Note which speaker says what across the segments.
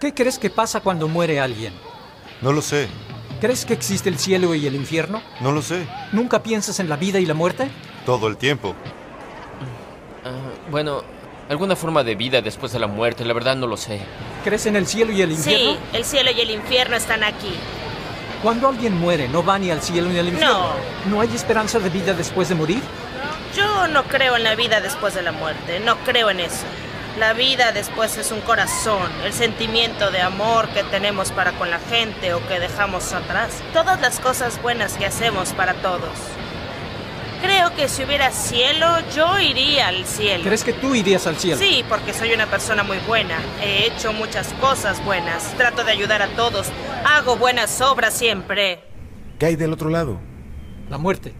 Speaker 1: ¿Qué crees que pasa cuando muere alguien?
Speaker 2: No lo sé,
Speaker 1: ¿Crees que existe el cielo y el infierno?
Speaker 2: no lo sé.
Speaker 1: ¿Nunca piensas en la vida y la muerte?
Speaker 2: Todo el tiempo.
Speaker 3: Ah, bueno, alguna forma de vida después de la muerte, la verdad no lo sé.
Speaker 1: ¿Crees en el cielo y el infierno?
Speaker 4: Sí, el cielo y el infierno están aquí.
Speaker 1: Cuando alguien muere, ¿no va ni al cielo ni al infierno? No. ¿No hay esperanza de vida después de morir?
Speaker 4: Yo no creo en la vida después de la muerte, no creo en eso. La vida después es un corazón, el sentimiento de amor que tenemos para con la gente o que dejamos atrás, todas las cosas buenas que hacemos para todos. Creo que si hubiera cielo, yo iría al cielo.
Speaker 1: ¿Crees que tú irías al cielo?
Speaker 4: Sí, porque soy una persona muy buena. He hecho muchas cosas buenas. Trato de ayudar a todos. Hago buenas obras siempre.
Speaker 5: ¿Qué hay del otro lado?
Speaker 1: La muerte.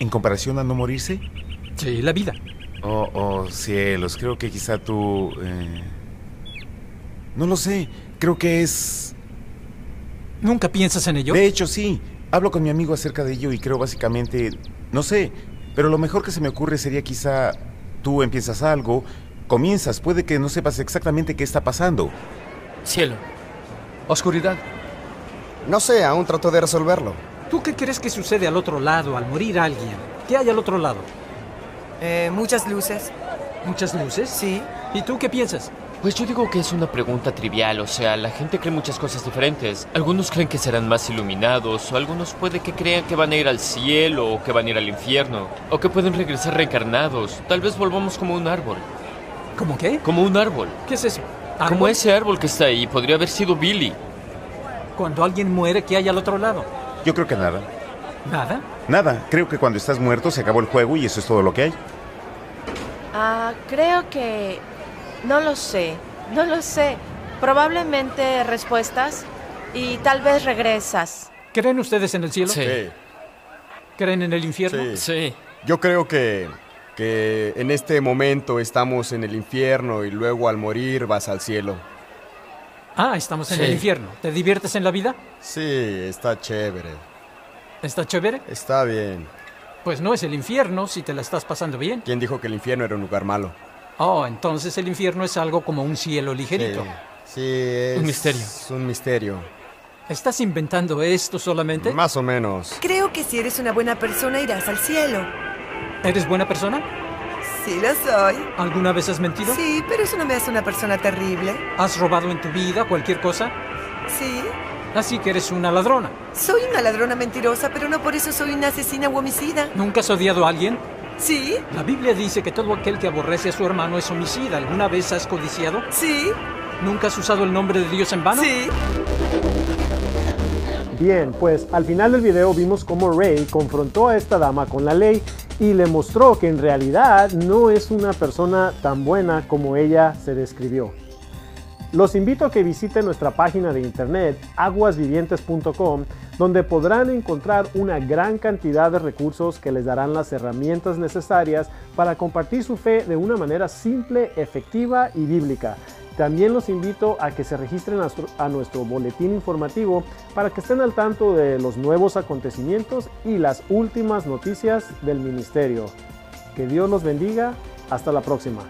Speaker 5: ¿En comparación a no morirse?
Speaker 1: Sí, la vida.
Speaker 5: Oh, oh, cielos, creo que quizá tú... eh, No lo sé, creo que es...
Speaker 1: ¿Nunca piensas en ello?
Speaker 5: De hecho, sí, hablo con mi amigo acerca de ello y creo básicamente... No sé, pero lo mejor que se me ocurre sería quizá tú empiezas algo, comienzas, puede que no sepas exactamente qué está pasando.
Speaker 3: Cielo.
Speaker 6: Oscuridad.
Speaker 7: No sé, aún trato de resolverlo.
Speaker 1: ¿Tú qué crees que sucede al otro lado al morir alguien? ¿Qué hay al otro lado?
Speaker 8: Eh, muchas luces.
Speaker 1: ¿Muchas luces?
Speaker 8: Sí.
Speaker 1: ¿Y tú qué piensas?
Speaker 3: Pues yo digo que es una pregunta trivial, o sea, la gente cree muchas cosas diferentes. Algunos creen que serán más iluminados, o algunos puede que crean que van a ir al cielo, o que van a ir al infierno, o que pueden regresar reencarnados. Tal vez volvamos como un árbol.
Speaker 1: ¿Cómo qué?
Speaker 3: Como un árbol.
Speaker 1: ¿Qué es eso?
Speaker 3: Como
Speaker 1: ¿Árbol?
Speaker 3: ese árbol que está ahí, podría haber sido Billy.
Speaker 1: Cuando alguien muere, ¿qué hay al otro lado?
Speaker 5: Yo creo que nada.
Speaker 1: ¿Nada?
Speaker 5: Nada, creo que cuando estás muerto se acabó el juego y eso es todo lo que hay.
Speaker 9: Ah, creo que... No lo sé, no lo sé. Probablemente respuestas y tal vez regresas.
Speaker 1: ¿Creen ustedes en el cielo?
Speaker 3: Sí.
Speaker 1: ¿Creen en el infierno?
Speaker 7: Sí.
Speaker 3: Sí.
Speaker 7: Yo creo que, que en este momento estamos en el infierno y luego al morir vas al cielo.
Speaker 1: Ah, estamos en
Speaker 3: Sí.
Speaker 1: el infierno. ¿Te diviertes en la vida?
Speaker 7: Sí, está chévere.
Speaker 1: ¿Está chévere?
Speaker 7: Está bien.
Speaker 1: Pues no es el infierno si te la estás pasando bien.
Speaker 7: ¿Quién dijo que el infierno era un lugar malo?
Speaker 1: Oh, entonces el infierno es algo como un cielo ligerito.
Speaker 7: Sí, sí, es
Speaker 3: Un misterio.
Speaker 7: Un misterio.
Speaker 1: ¿Estás inventando esto solamente?
Speaker 7: Más o menos.
Speaker 8: Creo que si eres una buena persona irás al cielo.
Speaker 1: ¿Eres buena persona?
Speaker 8: Sí lo soy.
Speaker 1: ¿Alguna vez has mentido?
Speaker 8: Sí, pero eso no me hace una persona terrible.
Speaker 1: ¿Has robado en tu vida cualquier cosa?
Speaker 8: Sí.
Speaker 1: Así que eres una ladrona.
Speaker 8: Soy una ladrona mentirosa, pero no por eso soy una asesina u homicida.
Speaker 1: ¿Nunca has odiado a alguien?
Speaker 8: Sí,
Speaker 1: La Biblia dice que todo aquel que aborrece a su hermano es homicida. ¿Alguna vez has codiciado?
Speaker 8: sí,
Speaker 1: ¿Nunca has usado el nombre de Dios en
Speaker 9: ¿Ah,
Speaker 1: vano?
Speaker 8: sí.
Speaker 10: Bien, pues al final del video vimos cómo Rey confrontó a esta dama con la ley y le mostró que en realidad no es una persona tan buena como ella se describió. Los invito a que visiten nuestra página de internet aguasvivientes.com donde podrán encontrar una gran cantidad de recursos que les darán las herramientas necesarias para compartir su fe de una manera simple, efectiva y bíblica. También los invito a que se registren a nuestro- a nuestro boletín informativo para que estén al tanto de los nuevos acontecimientos y las últimas noticias del ministerio. Que Dios los bendiga. Hasta la próxima.